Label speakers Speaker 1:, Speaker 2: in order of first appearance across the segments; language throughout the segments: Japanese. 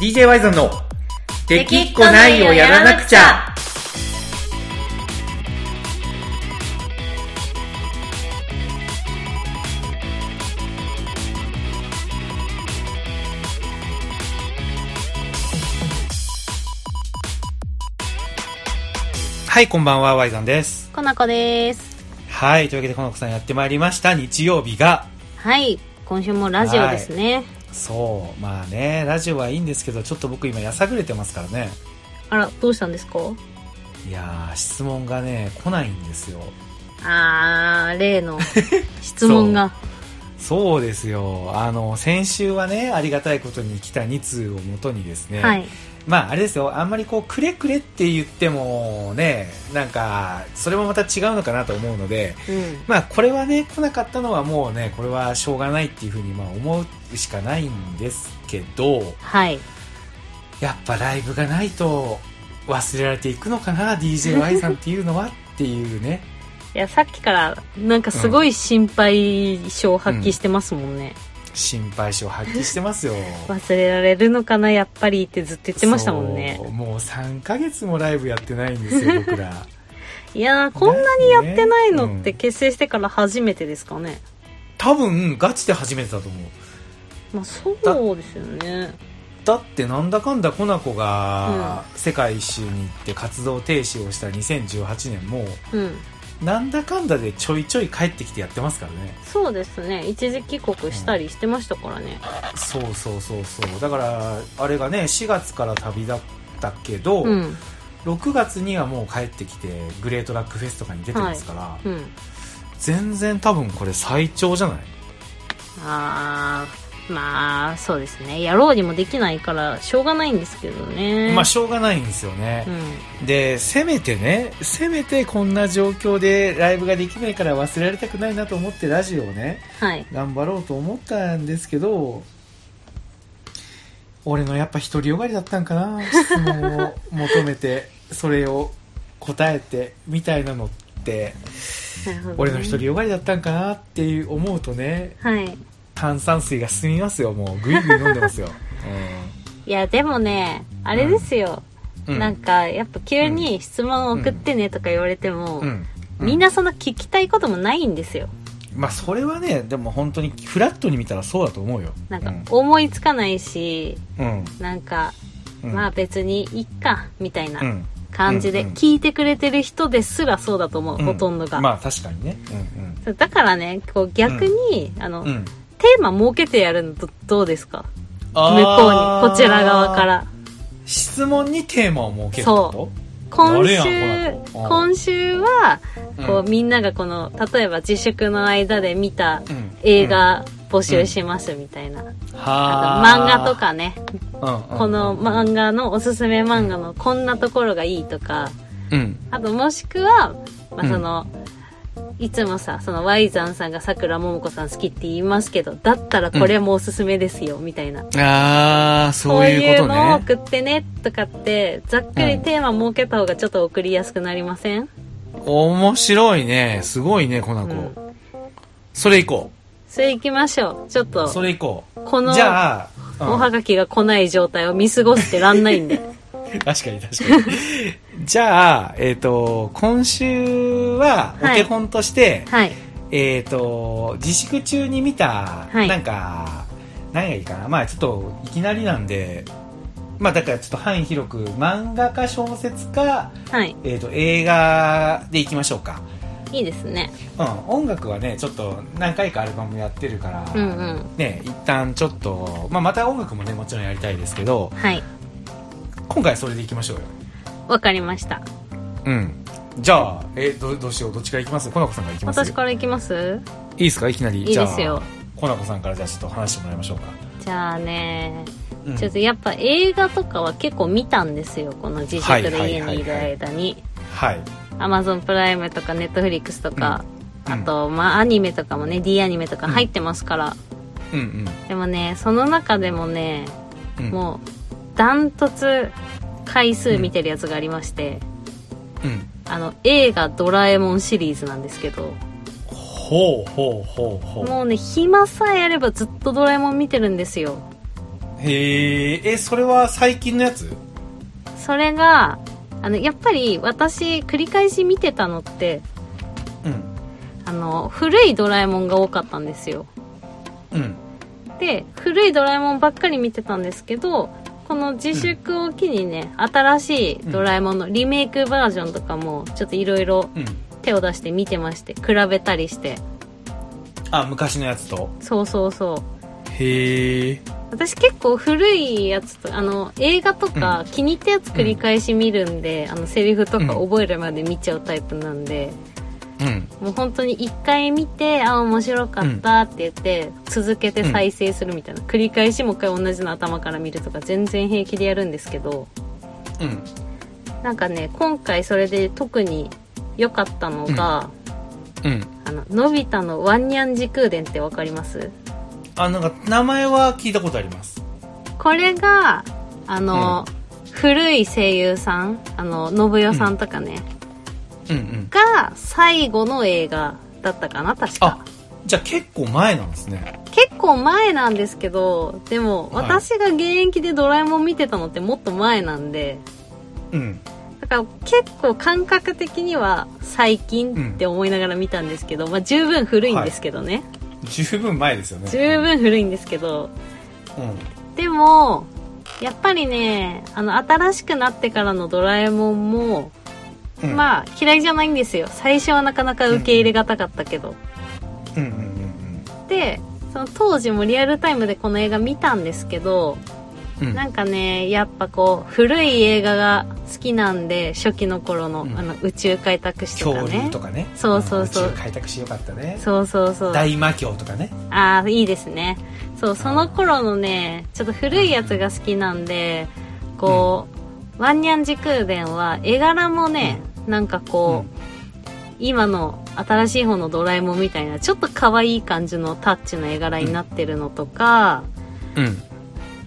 Speaker 1: DJ ワイゾンの「できっこないをやらなくちゃ」はいこんばんはワイゾンです
Speaker 2: こなこです
Speaker 1: はいというわけでこの子さんやってまいりました日曜日が
Speaker 2: はい今週もラジオですね、
Speaker 1: そうまあねラジオはいいんですけどちょっと僕今やさぐれてますからね
Speaker 2: あらどうしたんですか
Speaker 1: いやー質問がね来ないんですよ
Speaker 2: あー例 の質問が
Speaker 1: そうですよあの先週はねありがたいことに来た2通をもとにですね、
Speaker 2: はい
Speaker 1: まああれですよあんまりこうくれくれって言ってもねなんかそれもまた違うのかなと思うので
Speaker 2: うん
Speaker 1: まあこれはね来なかったのはもうねこれはしょうがないっていうふうにまあ思うしかないんですけど
Speaker 2: はい
Speaker 1: やっぱライブがないと忘れられていくのかな DJY さんっていうのはっていうね
Speaker 2: いやさっきからなんかすごい心配性を発揮してますもんね、
Speaker 1: 心配性を発揮してますよ
Speaker 2: 忘れられるのかなやっぱりってずっと言ってましたもんね
Speaker 1: そうもう3ヶ月もライブやってないんです よ僕ら
Speaker 2: いやーこんなにやってないのって結成してから初めてですかね、
Speaker 1: 多分ガチで初めてだと思う
Speaker 2: まあそうですよね
Speaker 1: だってなんだかんだコナコが世界一周に行って活動停止をした2018年も
Speaker 2: うん
Speaker 1: なんだかんだでちょいちょい帰ってきてやってますからね
Speaker 2: そうですね一時帰国したりしてましたからね、
Speaker 1: そうそうそうそうだからあれがね4月から旅だったけど、
Speaker 2: うん
Speaker 1: 6月にはもう帰ってきてグレートラックフェスとかに出てますから、
Speaker 2: うん
Speaker 1: 全然多分これ最長じゃない
Speaker 2: あーまあそうですねやろうにもできないからしょうがないんですけどね
Speaker 1: まあしょうがないんですよね
Speaker 2: う、ん
Speaker 1: でせめてねせめてこんな状況でライブができないから忘れられたくないなと思ってラジオをね
Speaker 2: はい
Speaker 1: 頑張ろうと思ったんですけど俺のやっぱ独りよがりだったんかな質問を求めてそれを答えてみたいなのって
Speaker 2: なるほどね
Speaker 1: 俺の独りよがりだったんかなっていう思うとね
Speaker 2: はい
Speaker 1: 炭酸水が進みますよもうグイグイ飲んでますよ、
Speaker 2: いやでもねあれですよ、
Speaker 1: うん
Speaker 2: なんかやっぱ急に質問を送ってねとか言われても、
Speaker 1: うん
Speaker 2: みんなそんな聞きたいこともないんですよ
Speaker 1: まあそれはねでも本当にフラットに見たらそうだと思うよ
Speaker 2: なんか思いつかないし
Speaker 1: うん、
Speaker 2: なんか
Speaker 1: うん
Speaker 2: まあ別にいっかみたいな
Speaker 1: うん
Speaker 2: 感じで
Speaker 1: うん
Speaker 2: 聞いてくれてる人ですらそうだと思う、
Speaker 1: うん
Speaker 2: ほとんどが、
Speaker 1: まあ確かにねうん
Speaker 2: だからねこう逆に、あの、
Speaker 1: うん、うん、向
Speaker 2: テーマ設けてやるのどどうですか向こうにこちら側から
Speaker 1: 質問にテーマを設けるってこ
Speaker 2: 今
Speaker 1: やるや
Speaker 2: 週
Speaker 1: んこんなのうん
Speaker 2: 今週は
Speaker 1: うん
Speaker 2: こう、みんながこの例えば自粛の間で見た
Speaker 1: と、うん
Speaker 2: 映、画募集しますみたいな、
Speaker 1: うん
Speaker 2: あ
Speaker 1: はー
Speaker 2: と漫画と、かね
Speaker 1: うんうん
Speaker 2: この漫画のおすすめ漫画のこんなところがいいとか
Speaker 1: うん
Speaker 2: あともしくは、ま
Speaker 1: う
Speaker 2: あ、
Speaker 1: ん
Speaker 2: その、いつもさ、その、ワイザンさんが桜ももこさん好きって言いますけど、だったらこれもおすすめですよ、みたいな。
Speaker 1: ああそういうこと
Speaker 2: のを
Speaker 1: ね
Speaker 2: 送ってね、とかって、ざっくりテーマ設けた方がちょっと送りやすくなりません、
Speaker 1: 面白いねすごいねコナコ、
Speaker 2: うん
Speaker 1: それ以降
Speaker 2: それ行きましょう。ちょっ
Speaker 1: そ
Speaker 2: と、
Speaker 1: れ以降
Speaker 2: この
Speaker 1: じ、ゃあ、うん
Speaker 2: おはがきが来ない状態を見過ごしてらんない んで。
Speaker 1: 確かに確か に。じゃあ、えっ、と、今週はお手本として、
Speaker 2: はい。
Speaker 1: えっ、と、自粛中に見た、
Speaker 2: はい
Speaker 1: なんか、何がいいかな。まあちょっと、いきなりなんで、まあだからちょっと範囲広く、漫画か小説か、
Speaker 2: はい。
Speaker 1: えっ、と、映画でいきましょうか。
Speaker 2: いいですね。
Speaker 1: うん、音楽はね、ちょっと何回かアルバムやってるから、
Speaker 2: うんうん。
Speaker 1: ね、一旦ちょっと、まあまた音楽もね、もちろんやりたいですけど、
Speaker 2: はい。
Speaker 1: 今回はそれでいきましょうよ。
Speaker 2: わかりました。
Speaker 1: うん。じゃあ、えど、どうしよう、どっちから行きますコナコさんから行きます
Speaker 2: 私から行きます
Speaker 1: いいですかいきなり。
Speaker 2: いいですよ
Speaker 1: じゃあ、コナコさんからじゃあちょっと話してもらいましょうか。
Speaker 2: じゃあね、
Speaker 1: うん
Speaker 2: ちょっとやっぱ映画とかは結構見たんですよこの自
Speaker 1: はい
Speaker 2: 粛
Speaker 1: は
Speaker 2: で
Speaker 1: い
Speaker 2: 家
Speaker 1: はい
Speaker 2: にいる間に
Speaker 1: はい。
Speaker 2: Amazon プライムとか Netflix とか、
Speaker 1: うん
Speaker 2: あと、まあ、アニメとかもね D アニメとか入ってますから、
Speaker 1: うん
Speaker 2: でもねその中でもね、
Speaker 1: うん。うん、
Speaker 2: もうダントツ回数見てるやつがありまして、
Speaker 1: うん。
Speaker 2: あの映画「ドラえもん」シリーズなんですけど
Speaker 1: ほうほうほうほう。
Speaker 2: もうね暇さえあればずっと「ドラえもん」見てるんですよ
Speaker 1: へええそれは最近のやつ
Speaker 2: それがあのやっぱり私繰り返し見てたのって
Speaker 1: うん
Speaker 2: あの古いドラえもんが多かったんですよ
Speaker 1: うん
Speaker 2: で古いドラえもんばっかり見てたんですけどこの自粛を機にね、新しいドラえもんのリメイクバージョンとかもちょっといろいろ
Speaker 1: うん
Speaker 2: 手を出して見てまして比べたりして
Speaker 1: あ昔のやつと
Speaker 2: そうそうそう
Speaker 1: へえ
Speaker 2: 私結構古いやつとあの映画とか気に入ったやつ繰り返し見るんで、あのセリフとか覚えるまで見ちゃうタイプなんで、
Speaker 1: うん
Speaker 2: もう本当に1回見てあ面白かったって言って続けて再生するみたいな、繰り返しもう一回同じの頭から見るとか全然平気でやるんですけど
Speaker 1: うん
Speaker 2: なんかね今回それで特に良かったのが、
Speaker 1: うん
Speaker 2: あののび太のワンニャン時空伝ってわかります
Speaker 1: あなんか名前は聞いたことあります
Speaker 2: これがあの、古い声優さんあの信代さんとかね、
Speaker 1: うんうん
Speaker 2: が最後の映画だったかな確か
Speaker 1: あじゃあ結構前なんですね
Speaker 2: 結構前なんですけどでも
Speaker 1: はい
Speaker 2: 私が現役でドラえもん見てたのってもっと前なんで
Speaker 1: うん
Speaker 2: だから結構感覚的には最近って思いながら見たんですけど、まあ十分古いんですけどね、
Speaker 1: 十分前ですよね
Speaker 2: 十分古いんですけど
Speaker 1: うん
Speaker 2: でもやっぱりねあの新しくなってからのドラえもんも、
Speaker 1: うん
Speaker 2: まあ嫌いじゃないんですよ最初はなかなか受け入れがたかったけど、
Speaker 1: うんうんうん
Speaker 2: でその当時もリアルタイムでこの映画見たんですけど
Speaker 1: うんうん
Speaker 2: なんかね、やっぱこう、古い映画が好きなんで、初期の頃の、
Speaker 1: うん
Speaker 2: あの、宇宙開拓士とか
Speaker 1: 恐
Speaker 2: ね
Speaker 1: 竜と。かね
Speaker 2: そうそうそうん
Speaker 1: 宇宙開拓しよかったね
Speaker 2: そうそうそう。
Speaker 1: 大魔教とかね
Speaker 2: ああ、いいですね。そう、その頃のね、ちょっと古いやつが好きなんで、こう、ワンニャン時空伝は、絵柄もね、なんかこう、今の新しい方のドラえもんみたいな、ちょっと可愛い感じのタッチの絵柄になってるのとか、
Speaker 1: うん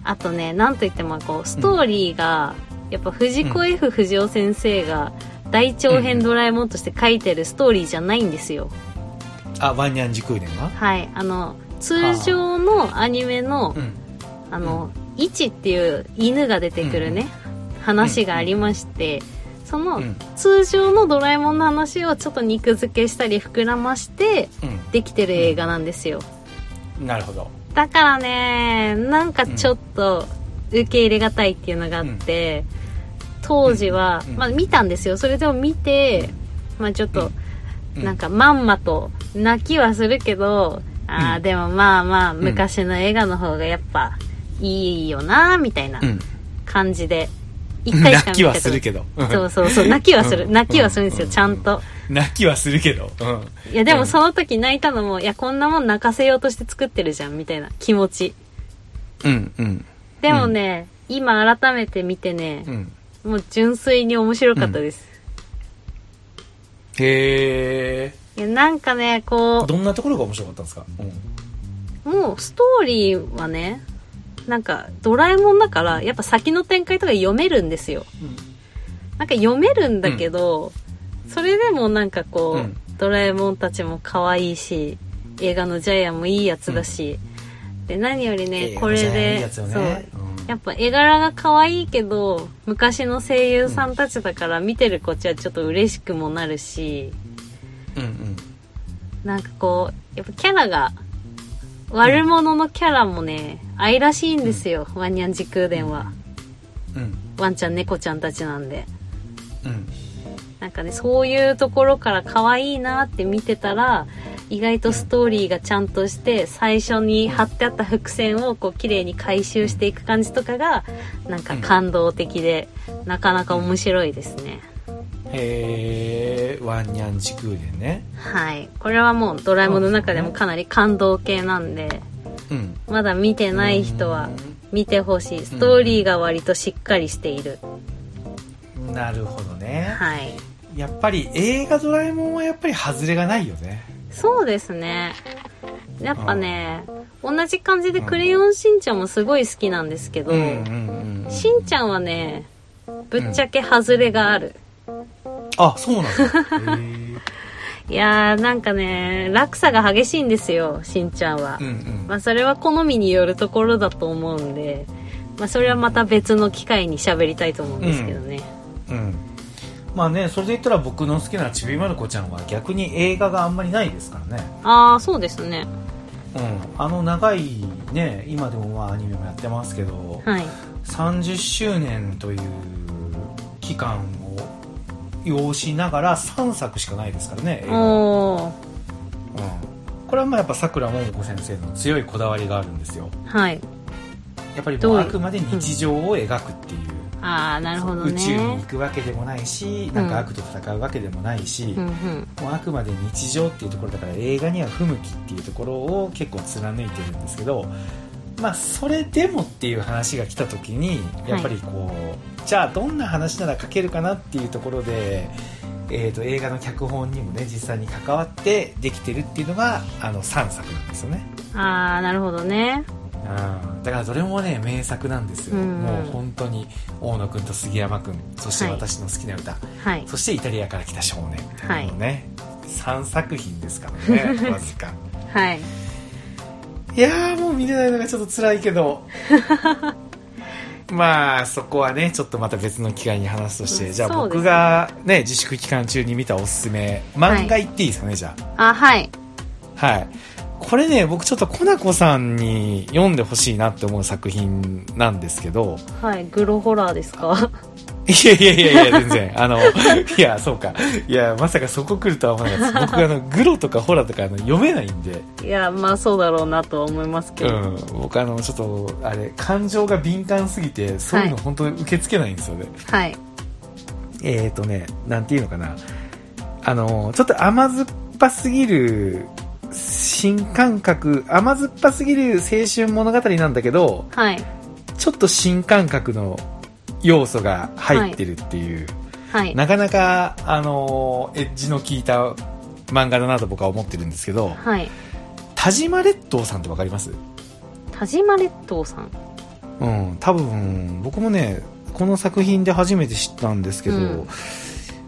Speaker 2: あとね、なんといってもこう、ストーリーが、やっぱ藤子 F 不二雄先生が大長編ドラえもんとして書いてるストーリーじゃないんですよ。
Speaker 1: あワンニャン時空伝は
Speaker 2: はい。あの、通常のアニメの
Speaker 1: う、ん
Speaker 2: あの、イチっていう犬が出てくるね、話がありまして、その
Speaker 1: うん
Speaker 2: 通常のドラえもんの話をちょっと肉付けしたり膨らまして
Speaker 1: う
Speaker 2: できてる映画なんですよ。
Speaker 1: んなるほど
Speaker 2: だからねなんかちょっと受け入れがたいっていうのがあって、当時は、
Speaker 1: うん
Speaker 2: まあ、見たんですよそれでも見て、まあ、ちょっと、
Speaker 1: うん
Speaker 2: なんかまんまと泣きはするけど、あ
Speaker 1: う
Speaker 2: あ
Speaker 1: ん
Speaker 2: でもまあまあ
Speaker 1: ん
Speaker 2: 昔の映画の方がやっぱいいよなみたいな
Speaker 1: うん
Speaker 2: 感じで、一回しか
Speaker 1: 泣き
Speaker 2: 見て
Speaker 1: は
Speaker 2: ない
Speaker 1: するけどうん
Speaker 2: そうそうそう泣きはする、
Speaker 1: うん
Speaker 2: 泣きはするんですよ、
Speaker 1: うん
Speaker 2: ちゃんと
Speaker 1: 泣きはするけどうん
Speaker 2: いやでもその時泣いたのも、いやこんなもん泣かせようとして作ってるじゃんみたいな気持ち
Speaker 1: うんうん
Speaker 2: でもね、今改めて見てね
Speaker 1: う、ん
Speaker 2: もう純粋に面白かったです。
Speaker 1: へえ
Speaker 2: いやなんかね、こ
Speaker 1: どんなところが面白かったんですかうん
Speaker 2: う、もうストーリーはね、なんかドラえもんだから、やっぱ先の展開とか読めるんですよ。なんか読めるんだけど、それでもなんかこう、
Speaker 1: うん
Speaker 2: ドラえもんたちも可愛いし、映画のジャイアンもいいやつだし、で、何よりね、これ
Speaker 1: いい
Speaker 2: で、
Speaker 1: やつよ
Speaker 2: そう、
Speaker 1: ねうん
Speaker 2: やっぱ絵柄が可愛いけど、昔の声優さんたちだから見てるこっちはちょっと嬉しくもなるし、
Speaker 1: うんうん
Speaker 2: なんかこう、やっぱキャラが、悪者のキャラもね、愛らしいんですよ、ワンニャン時空伝は。
Speaker 1: うん
Speaker 2: ワンちゃん、猫ちゃんたちなんで。
Speaker 1: うん
Speaker 2: なんかね、そういうところから可愛いなって見てたら、意外とストーリーがちゃんとして、最初に貼ってあった伏線をこう綺麗に回収していく感じとかが、なんか感動的で、なかなか面白いですね。
Speaker 1: へえワンニャン時空伝ね
Speaker 2: はい。これはもうドラえもんの中でもかなり感動系なんで、
Speaker 1: うん
Speaker 2: まだ見てない人は見てほしい。ストーリーが割としっかりしている。
Speaker 1: なるほどね
Speaker 2: はい。
Speaker 1: やっぱり映画ドラえもんはやっぱり外れがないよね
Speaker 2: そうですね。やっぱね、同じ感じでクレヨンしんちゃんもすごい好きなんですけど、
Speaker 1: んうんうん
Speaker 2: しんちゃんはね、ぶっちゃけ外れがある。
Speaker 1: あそうなんだへー
Speaker 2: いやーなんかね、落差が激しいんですよ、しんちゃんは。
Speaker 1: うんうん
Speaker 2: まあそれは好みによるところだと思うんで、まあ、それはまた別の機会に喋りたいと思うんですけどね、
Speaker 1: うんまあねそれで言ったら僕の好きなちびまる子ちゃんは逆に映画があんまりないですからね
Speaker 2: ああそうですね
Speaker 1: うんあの長いね今でもまあアニメもやってますけど、
Speaker 2: はい
Speaker 1: 30周年という期間を要しながら3作しかないですからね映画は
Speaker 2: おー
Speaker 1: うん、これはまあやっぱさくらももこ先生の強いこだわりがあるんですよ
Speaker 2: はい
Speaker 1: やっぱりも
Speaker 2: ど
Speaker 1: う
Speaker 2: う
Speaker 1: あくまで日常を描くっていう、
Speaker 2: ああなるほどね
Speaker 1: 宇宙に行くわけでもないしなんか悪と戦うわけでもないし、
Speaker 2: うんう
Speaker 1: も
Speaker 2: ん
Speaker 1: うあくまで日常っていうところだから映画には不向きっていうところを結構貫いてるんですけどまあそれでもっていう話が来た時にやっぱりこう、じゃあどんな話なら書けるかなっていうところで。えー、と映画の脚本にもね実際に関わってできてるっていうのがあの3作なんですよね
Speaker 2: ああなるほどね
Speaker 1: うんだからどれもね名作なんですよ、
Speaker 2: うん
Speaker 1: もう本当に大野くんと杉山くんそして
Speaker 2: はい
Speaker 1: 私の好きな歌、
Speaker 2: はい
Speaker 1: そしてイタリアから来た少年っていうのをね、3作品ですから ねわずか
Speaker 2: はい
Speaker 1: いやーもう見れないのがちょっと辛いけど まあそこはねちょっとまた別の機会に話すとして、
Speaker 2: うん
Speaker 1: じゃあ
Speaker 2: そうですね
Speaker 1: 僕がね自粛期間中に見たおすすめ漫画言っていいですかね、じゃあ
Speaker 2: あはい
Speaker 1: はい。これね、僕ちょっとコナコさんに読んでほしいなって思う作品なんですけど、
Speaker 2: はいグロホラーですか
Speaker 1: いやいやいやいや、全然。あの、いや、そうか。いや、まさかそこ来るとは思わなかったです。僕、あの、グロとかホラとかあの読めないんで、
Speaker 2: いやまあそうだろうなとは思いますけ
Speaker 1: う
Speaker 2: ど、
Speaker 1: ん。僕、あの、ちょっと、あれ、感情が敏感すぎて、そういうの本当に受け付けないんですよね。
Speaker 2: はい
Speaker 1: えーとね、なんていうのかな。あの、ちょっと甘酸っぱすぎる、新感覚、甘酸っぱすぎる青春物語なんだけど、
Speaker 2: はい
Speaker 1: ちょっと新感覚の要素が入ってるっていう、
Speaker 2: はい
Speaker 1: なかなか、あのーエッジの効いた漫画だなと僕は思ってるんですけど、
Speaker 2: はい
Speaker 1: 田島列島さんってわかります
Speaker 2: 田島列島さん
Speaker 1: うん、多分、僕もね、この作品で初めて知ったんですけど、
Speaker 2: うん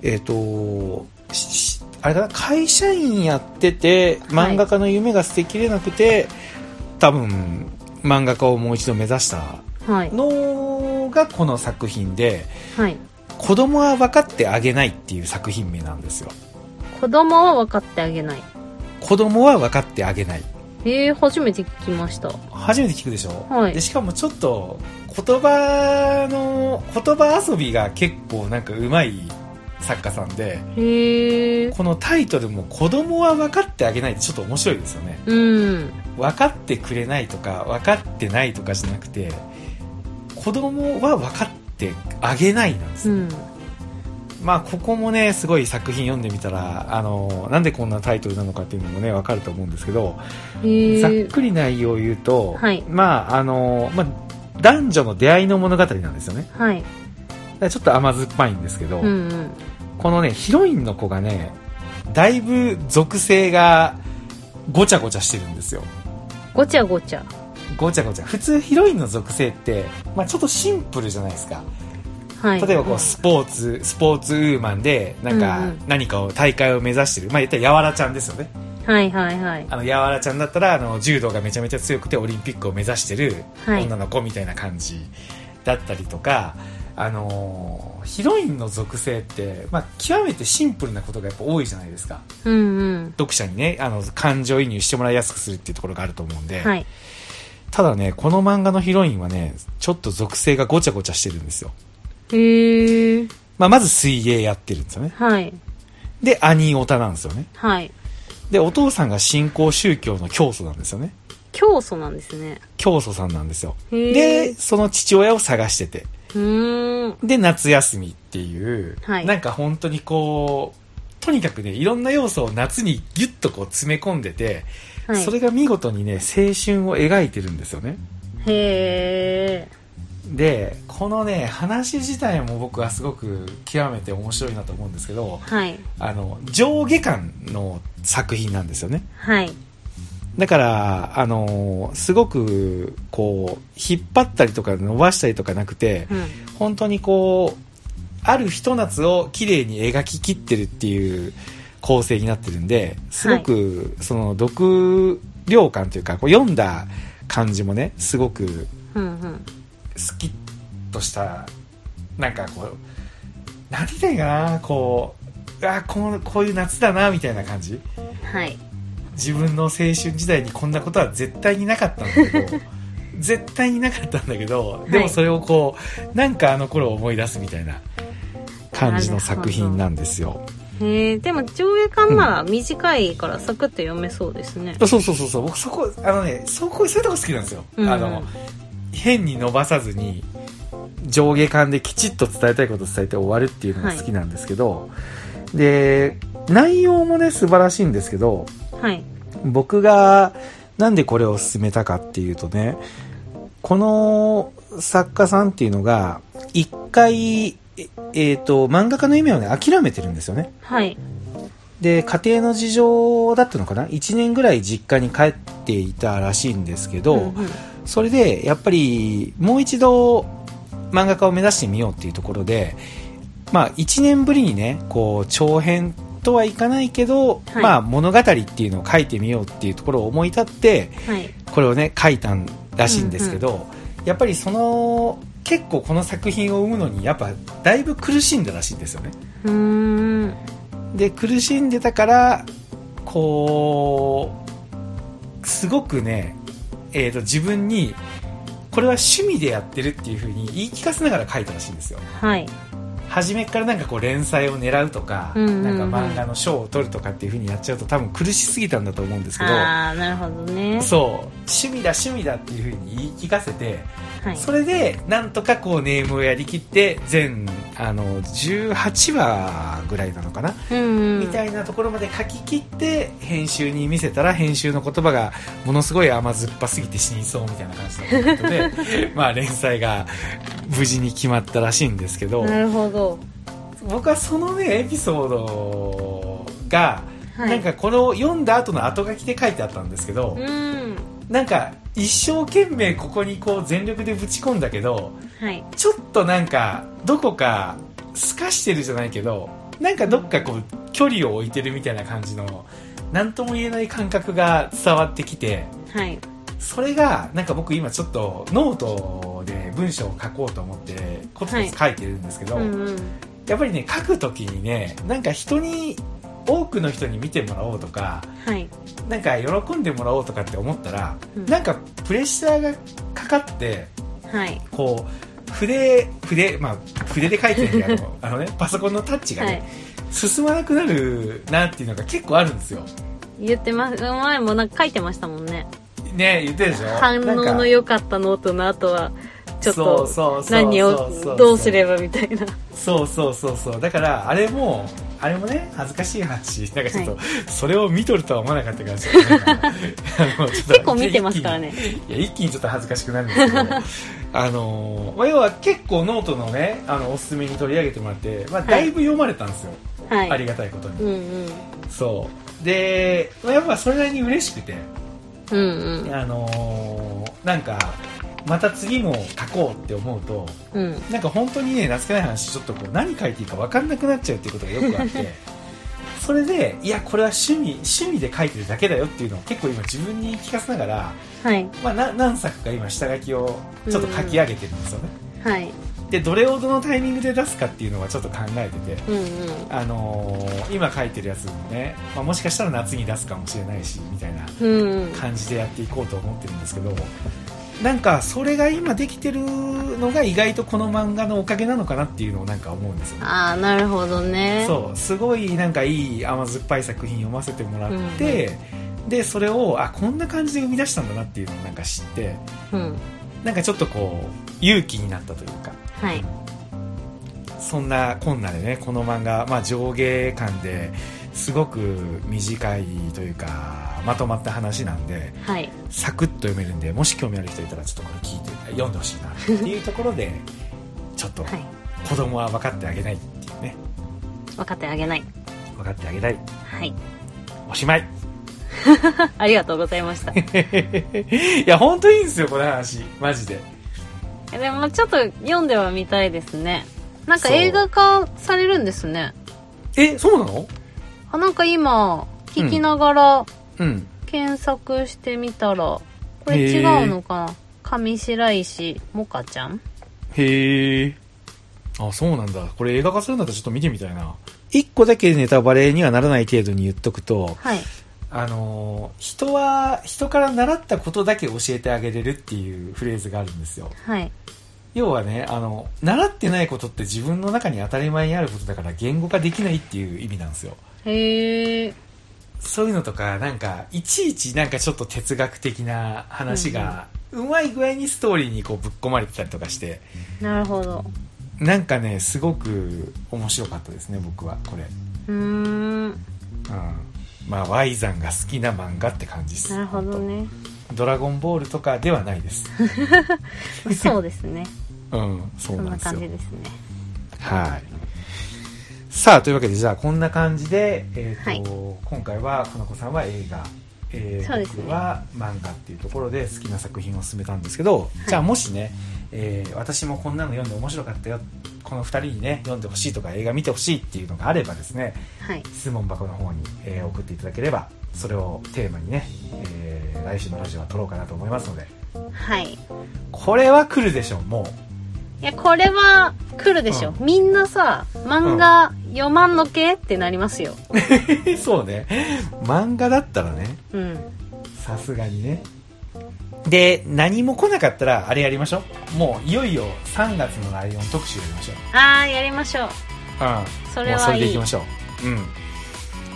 Speaker 1: えっ、と、ししあれだな、会社員やってて、漫画家の夢が捨てきれなくて、多分、漫画家をもう一度目指した
Speaker 2: はい
Speaker 1: のがこの作品で、
Speaker 2: はい
Speaker 1: 子供は分かってあげないっていう作品名なんですよ
Speaker 2: 子供は分かってあげない
Speaker 1: 子供は分かってあげない
Speaker 2: えー、初めて聞きました
Speaker 1: 初めて聞くでしょ、
Speaker 2: はい
Speaker 1: でしかもちょっと言葉の言葉遊びが結構なんかうまい作家さんで
Speaker 2: へえ
Speaker 1: このタイトルも「子供は分かってあげない」ってちょっと面白いですよね
Speaker 2: うん
Speaker 1: 分かってくれないとか分かってないとかじゃなくて子供は分かってあげないなんです
Speaker 2: う
Speaker 1: よ
Speaker 2: ん
Speaker 1: まあ、ここもね、すごい作品読んでみたら、あの、なんでこんなタイトルなのかっていうのもね、わかると思うんですけど、
Speaker 2: へ
Speaker 1: ざっ
Speaker 2: え
Speaker 1: くり内容を言うと、
Speaker 2: はい
Speaker 1: まあ、あの、まあ、男女の出会いの物語なんですよね。
Speaker 2: はい
Speaker 1: だからちょっと甘酸っぱいんですけど、
Speaker 2: うんうん
Speaker 1: このね、ヒロインの子がね、だいぶ属性がごちゃごちゃしてるんですよ。
Speaker 2: ごちゃごちゃ
Speaker 1: ごちゃごちゃ。普通ヒロインの属性って、まあ、ちょっとシンプルじゃないですか。
Speaker 2: はい
Speaker 1: 例えばこうスポーツスポーツウーマンでなん
Speaker 2: うんう
Speaker 1: か
Speaker 2: ん
Speaker 1: 何かを大会を目指してる、まあ、言ったらやわらちゃんですよね
Speaker 2: はいはいはい
Speaker 1: あのやわらちゃんだったらあの柔道がめちゃめちゃ強くてオリンピックを目指してる
Speaker 2: はい
Speaker 1: 女の子みたいな感じだったりとか、あのーヒロインの属性って、まあ、極めてシンプルなことがやっぱ多いじゃないですか
Speaker 2: うんうん
Speaker 1: 読者にねあの感情移入してもらいやすくするっていうところがあると思うんで、
Speaker 2: はい
Speaker 1: ただねこの漫画のヒロインはねちょっと属性がごちゃごちゃしてるんですよ、
Speaker 2: へえ
Speaker 1: まあ、まず水泳やってるんですよね
Speaker 2: はい
Speaker 1: で兄オタなんですよね
Speaker 2: はい
Speaker 1: で、お父さんが信仰宗教の教祖なんですよね。
Speaker 2: 教祖なんですね
Speaker 1: 教祖さんなんですよ。
Speaker 2: へえ
Speaker 1: で、その父親を探してて。
Speaker 2: うーん
Speaker 1: で、夏休みっていう、
Speaker 2: はい
Speaker 1: なんか本当にこう、とにかくね、いろんな要素を夏にギュッとこう詰め込んでて、
Speaker 2: はい
Speaker 1: それが見事にね、青春を描いてるんですよね。
Speaker 2: へえ
Speaker 1: で、このね、話自体も僕はすごく極めて面白いなと思うんですけど、
Speaker 2: はい
Speaker 1: あの、上下巻の作品なんですよね。
Speaker 2: はい
Speaker 1: だから、あのーすごく、こう、引っ張ったりとか伸ばしたりとかなくて
Speaker 2: う、ん
Speaker 1: 本当にこう、あるひと夏を綺麗に描き切ってるっていう構成になってるんで、すごく、その、読量感というか、こう読んだ感じもね、すごく
Speaker 2: うんうん
Speaker 1: スキッとしたなんかこう何て言ったらいいかなこうあこうこういう夏だなみたいな感じ
Speaker 2: はい
Speaker 1: 自分の青春時代にこんなことは絶対になかったんだけ ど絶対になかったんだけどでもそれをこう、なんかあの頃を思い出すみたいな感じの作品なんですよ。
Speaker 2: へえでも上映感なら短いからサクッと読めそうですね、
Speaker 1: そうそうそうそう僕そこあのねそこそういうとこ好きなんですよ、
Speaker 2: うん
Speaker 1: あの変に伸ばさずに上下間できちっと伝えたいことを伝えて終わるっていうのが好きなんですけど、で内容もね素晴らしいんですけど
Speaker 2: はい
Speaker 1: 僕がなんでこれを勧めたかっていうとねこの作家さんっていうのが一回ええーと漫画家の夢をね諦めてるんですよね
Speaker 2: はい
Speaker 1: で家庭の事情だったのかな1年ぐらい実家に帰っていたらしいんですけど、
Speaker 2: んん
Speaker 1: それでやっぱりもう一度漫画家を目指してみようっていうところで、まあ、1年ぶりにねこう長編とはいかないけど、
Speaker 2: はい
Speaker 1: まあ、物語っていうのを書いてみようっていうところを思い立って
Speaker 2: はい
Speaker 1: これをね書いたんらしいんですけど、やっぱりその結構この作品を生むのにやっぱだいぶ苦しんだらしいんですよね。
Speaker 2: うーん
Speaker 1: で苦しんでたからこうすごくね、えー、と自分にこれは趣味でやってるっていう風に言い聞かせながら書いたらしいんですよ
Speaker 2: はい
Speaker 1: 初めっからなんかこう連載を狙うとか,、
Speaker 2: うんうんうん
Speaker 1: なんか漫画の賞を取るとかっていう風にやっちゃうと多分苦しすぎたんだと思うんですけど
Speaker 2: ああなるほどね
Speaker 1: そう趣味だ趣味だっていう風に言い聞かせて
Speaker 2: はい
Speaker 1: それでなんとかこうネームをやりきって全あの18話ぐらいなのかな
Speaker 2: うん
Speaker 1: みたいなところまで書き切って編集に見せたら編集の言葉がものすごい甘酸っぱすぎて死にそうみたいな感じだったの でまあ連載が無事に決まったらしいんですけど
Speaker 2: なるほど
Speaker 1: 僕はそのねエピソードが
Speaker 2: は
Speaker 1: なんかこの読んだ後の後書きで書いてあったんですけど
Speaker 2: うん
Speaker 1: なんか一生懸命ここにこう全力でぶち込んだけど
Speaker 2: はい
Speaker 1: ちょっとなんかどこか透かしてるじゃないけどなんかどっかこう距離を置いてるみたいな感じの何とも言えない感覚が伝わってきて
Speaker 2: はい
Speaker 1: それがなんか僕今ちょっとノートで文章を書こうと思ってコツコツ書いてるんですけど、
Speaker 2: うんうん
Speaker 1: やっぱりね書く時にねなんか人に多くの人に見てもらおうとか
Speaker 2: はい
Speaker 1: なんか喜んでもらおうとかって思ったら、
Speaker 2: うん
Speaker 1: なんかプレッシャーがかかって
Speaker 2: はい
Speaker 1: こう筆筆、まあ、筆で書いてるんだけ どあの、ね、パソコンのタッチが、
Speaker 2: は
Speaker 1: ね
Speaker 2: い
Speaker 1: 進まなくなるなっていうのが結構あるんですよ。
Speaker 2: 言ってます前もなんか書いてましたもんね
Speaker 1: ね言ってるでしょ
Speaker 2: 反応
Speaker 1: なん
Speaker 2: の
Speaker 1: か
Speaker 2: 良かったノートの後はちょっと
Speaker 1: そうそうそうそう
Speaker 2: 何をどうすればみたいな
Speaker 1: そうそうそうそうだからあれもあれもね恥ずかしい話なんかちょっと、
Speaker 2: は
Speaker 1: それを見とるとは思わなかった からちょっとなんかあのちょっと
Speaker 2: 結構見てますからね
Speaker 1: いや一気にちょっと恥ずかしくなるんです けどあのーまあ、要は結構ノートのねあのおすすめに取り上げてもらって、まあ、だいぶ読まれたんですよ、
Speaker 2: はい
Speaker 1: ありがたいことに
Speaker 2: う、んうん
Speaker 1: そうでまあやっぱそれなりに嬉しくて
Speaker 2: うんうん
Speaker 1: あのーなんかまた次も書こうって思うと
Speaker 2: うん
Speaker 1: なんか本当にね懐かない話ちょっとこう何書いていいか分かんなくなっちゃうっていうことがよくあって それでいやこれは趣味趣味で書いてるだけだよっていうのを結構今自分に聞かせながら、
Speaker 2: はい
Speaker 1: まあ、な何作か今下書きをちょっと書き上げてるんですよね、
Speaker 2: はい
Speaker 1: でどれをどのタイミングで出すかっていうのはちょっと考えてて
Speaker 2: うんうん
Speaker 1: あのー今書いてるやつもね、まあ、もしかしたら夏に出すかもしれないしみたいな
Speaker 2: うんうん
Speaker 1: 感じでやっていこうと思ってるんですけどなんかそれが今できてるのが意外とこの漫画のおかげなのかなっていうのをなんか思うんですよね
Speaker 2: ああなるほどね
Speaker 1: そうすごいなんかいい甘酸っぱい作品読ませてもらって、でそれをあこんな感じで生み出したんだなっていうのをなんか知って
Speaker 2: う、ん、
Speaker 1: なんかちょっとこう勇気になったというか
Speaker 2: はい
Speaker 1: そんなこんなでねこの漫画、まあ、上下巻ですごく短いというかまとまった話なんで
Speaker 2: はい
Speaker 1: サクッと読めるんでもし興味ある人いたらちょっとこれ聞いて読んでほしいなっていうところ でちょっと
Speaker 2: はい
Speaker 1: 子供は分かってあげないっていうね
Speaker 2: 分かってあげない
Speaker 1: 分かってあげない
Speaker 2: はい
Speaker 1: おしまい
Speaker 2: ありがとうございました
Speaker 1: いや本当いいんですよこの話マジで
Speaker 2: えでもちょっと読んではみたいですねなんか
Speaker 1: そう
Speaker 2: 映画化されるんですね
Speaker 1: えそうなの
Speaker 2: あなんか今聞きながら
Speaker 1: うん
Speaker 2: 検索してみたら、これ違うのかな上白石萌歌ちゃん
Speaker 1: へえあそうなんだこれ映画化するんだったらちょっと見てみたいな一個だけネタバレにはならない程度に言っとくと
Speaker 2: はい
Speaker 1: あのー人は人から習ったことだけ教えてあげれるっていうフレーズがあるんですよ
Speaker 2: はい
Speaker 1: 要はねあの習ってないことって自分の中に当たり前にあることだから言語化できないっていう意味なんですよ
Speaker 2: へえ
Speaker 1: そういうのとかなんかいちいちなんかちょっと哲学的な話が、うまい具合にストーリーにこうぶっ込まれてたりとかして
Speaker 2: なるほど
Speaker 1: なんかねすごく面白かったですね僕はこれ、
Speaker 2: うーん
Speaker 1: うん、まあ Y さんが好きな漫画って感じです
Speaker 2: なるほ どね
Speaker 1: 「ドラゴンボール」とかではない です、
Speaker 2: そうですね
Speaker 1: うん、そう
Speaker 2: そ
Speaker 1: なん
Speaker 2: んな
Speaker 1: です
Speaker 2: 感
Speaker 1: よ
Speaker 2: じですね
Speaker 1: はい。さあ、というわけで、じゃあ、こんな感じで、えっ、
Speaker 2: はい
Speaker 1: と、今回は、この子さんは映画、えー
Speaker 2: そうですね
Speaker 1: 僕は漫画っていうところで好きな作品を進めたんですけど、じゃあ、もしね、えー私もこんなの読んで面白かったよ、この2人にね、読んでほしいとか、映画見てほしいっていうのがあればですね、
Speaker 2: はい
Speaker 1: 質問箱の方に、えー送っていただければ、それをテーマにね、えー来週のラジオは撮ろうかなと思いますので、
Speaker 2: はいい
Speaker 1: これは来るでしょう、もう。
Speaker 2: やこれは来るでしょ、
Speaker 1: う
Speaker 2: みんなさ漫画読まんのけってなりますよ
Speaker 1: そうね。漫画だったらね、
Speaker 2: うん
Speaker 1: さすがにねで何も来なかったらあれやりましょうもういよいよ3月のライオン特集やりましょう
Speaker 2: ああやりましょう
Speaker 1: うん
Speaker 2: それ
Speaker 1: も
Speaker 2: はいい
Speaker 1: うそれでいきましょううん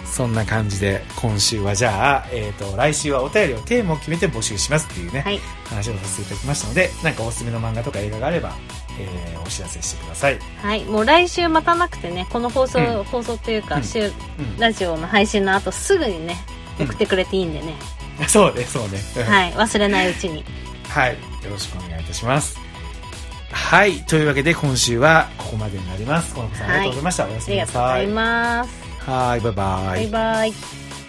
Speaker 1: そんな感じで今週はじゃあ、えー、と来週はお便りをテーマを決めて募集しますっていうね、
Speaker 2: はい
Speaker 1: 話をさせていただきましたのでなんかおすすめの漫画とか映画があれば、えーお知らせしてください、
Speaker 2: はいもう来週待たなくてねこの放送、
Speaker 1: う
Speaker 2: 放送という
Speaker 1: う
Speaker 2: か
Speaker 1: ん
Speaker 2: 週、
Speaker 1: う
Speaker 2: ラジオの配信の後すぐにね
Speaker 1: うん
Speaker 2: 送ってくれていいんでね、
Speaker 1: ん、 そうねそうね、うん
Speaker 2: はい忘れないうちに
Speaker 1: はい、よろしくお願いいたします。はい、というわけで今週はここまでになります。この子さん、
Speaker 2: はい
Speaker 1: ありがとうございました。おや
Speaker 2: あ
Speaker 1: すみ
Speaker 2: り
Speaker 1: な
Speaker 2: がとうござ
Speaker 1: さ
Speaker 2: い
Speaker 1: い。
Speaker 2: ます、
Speaker 1: はい、バイバイ。
Speaker 2: バイバイ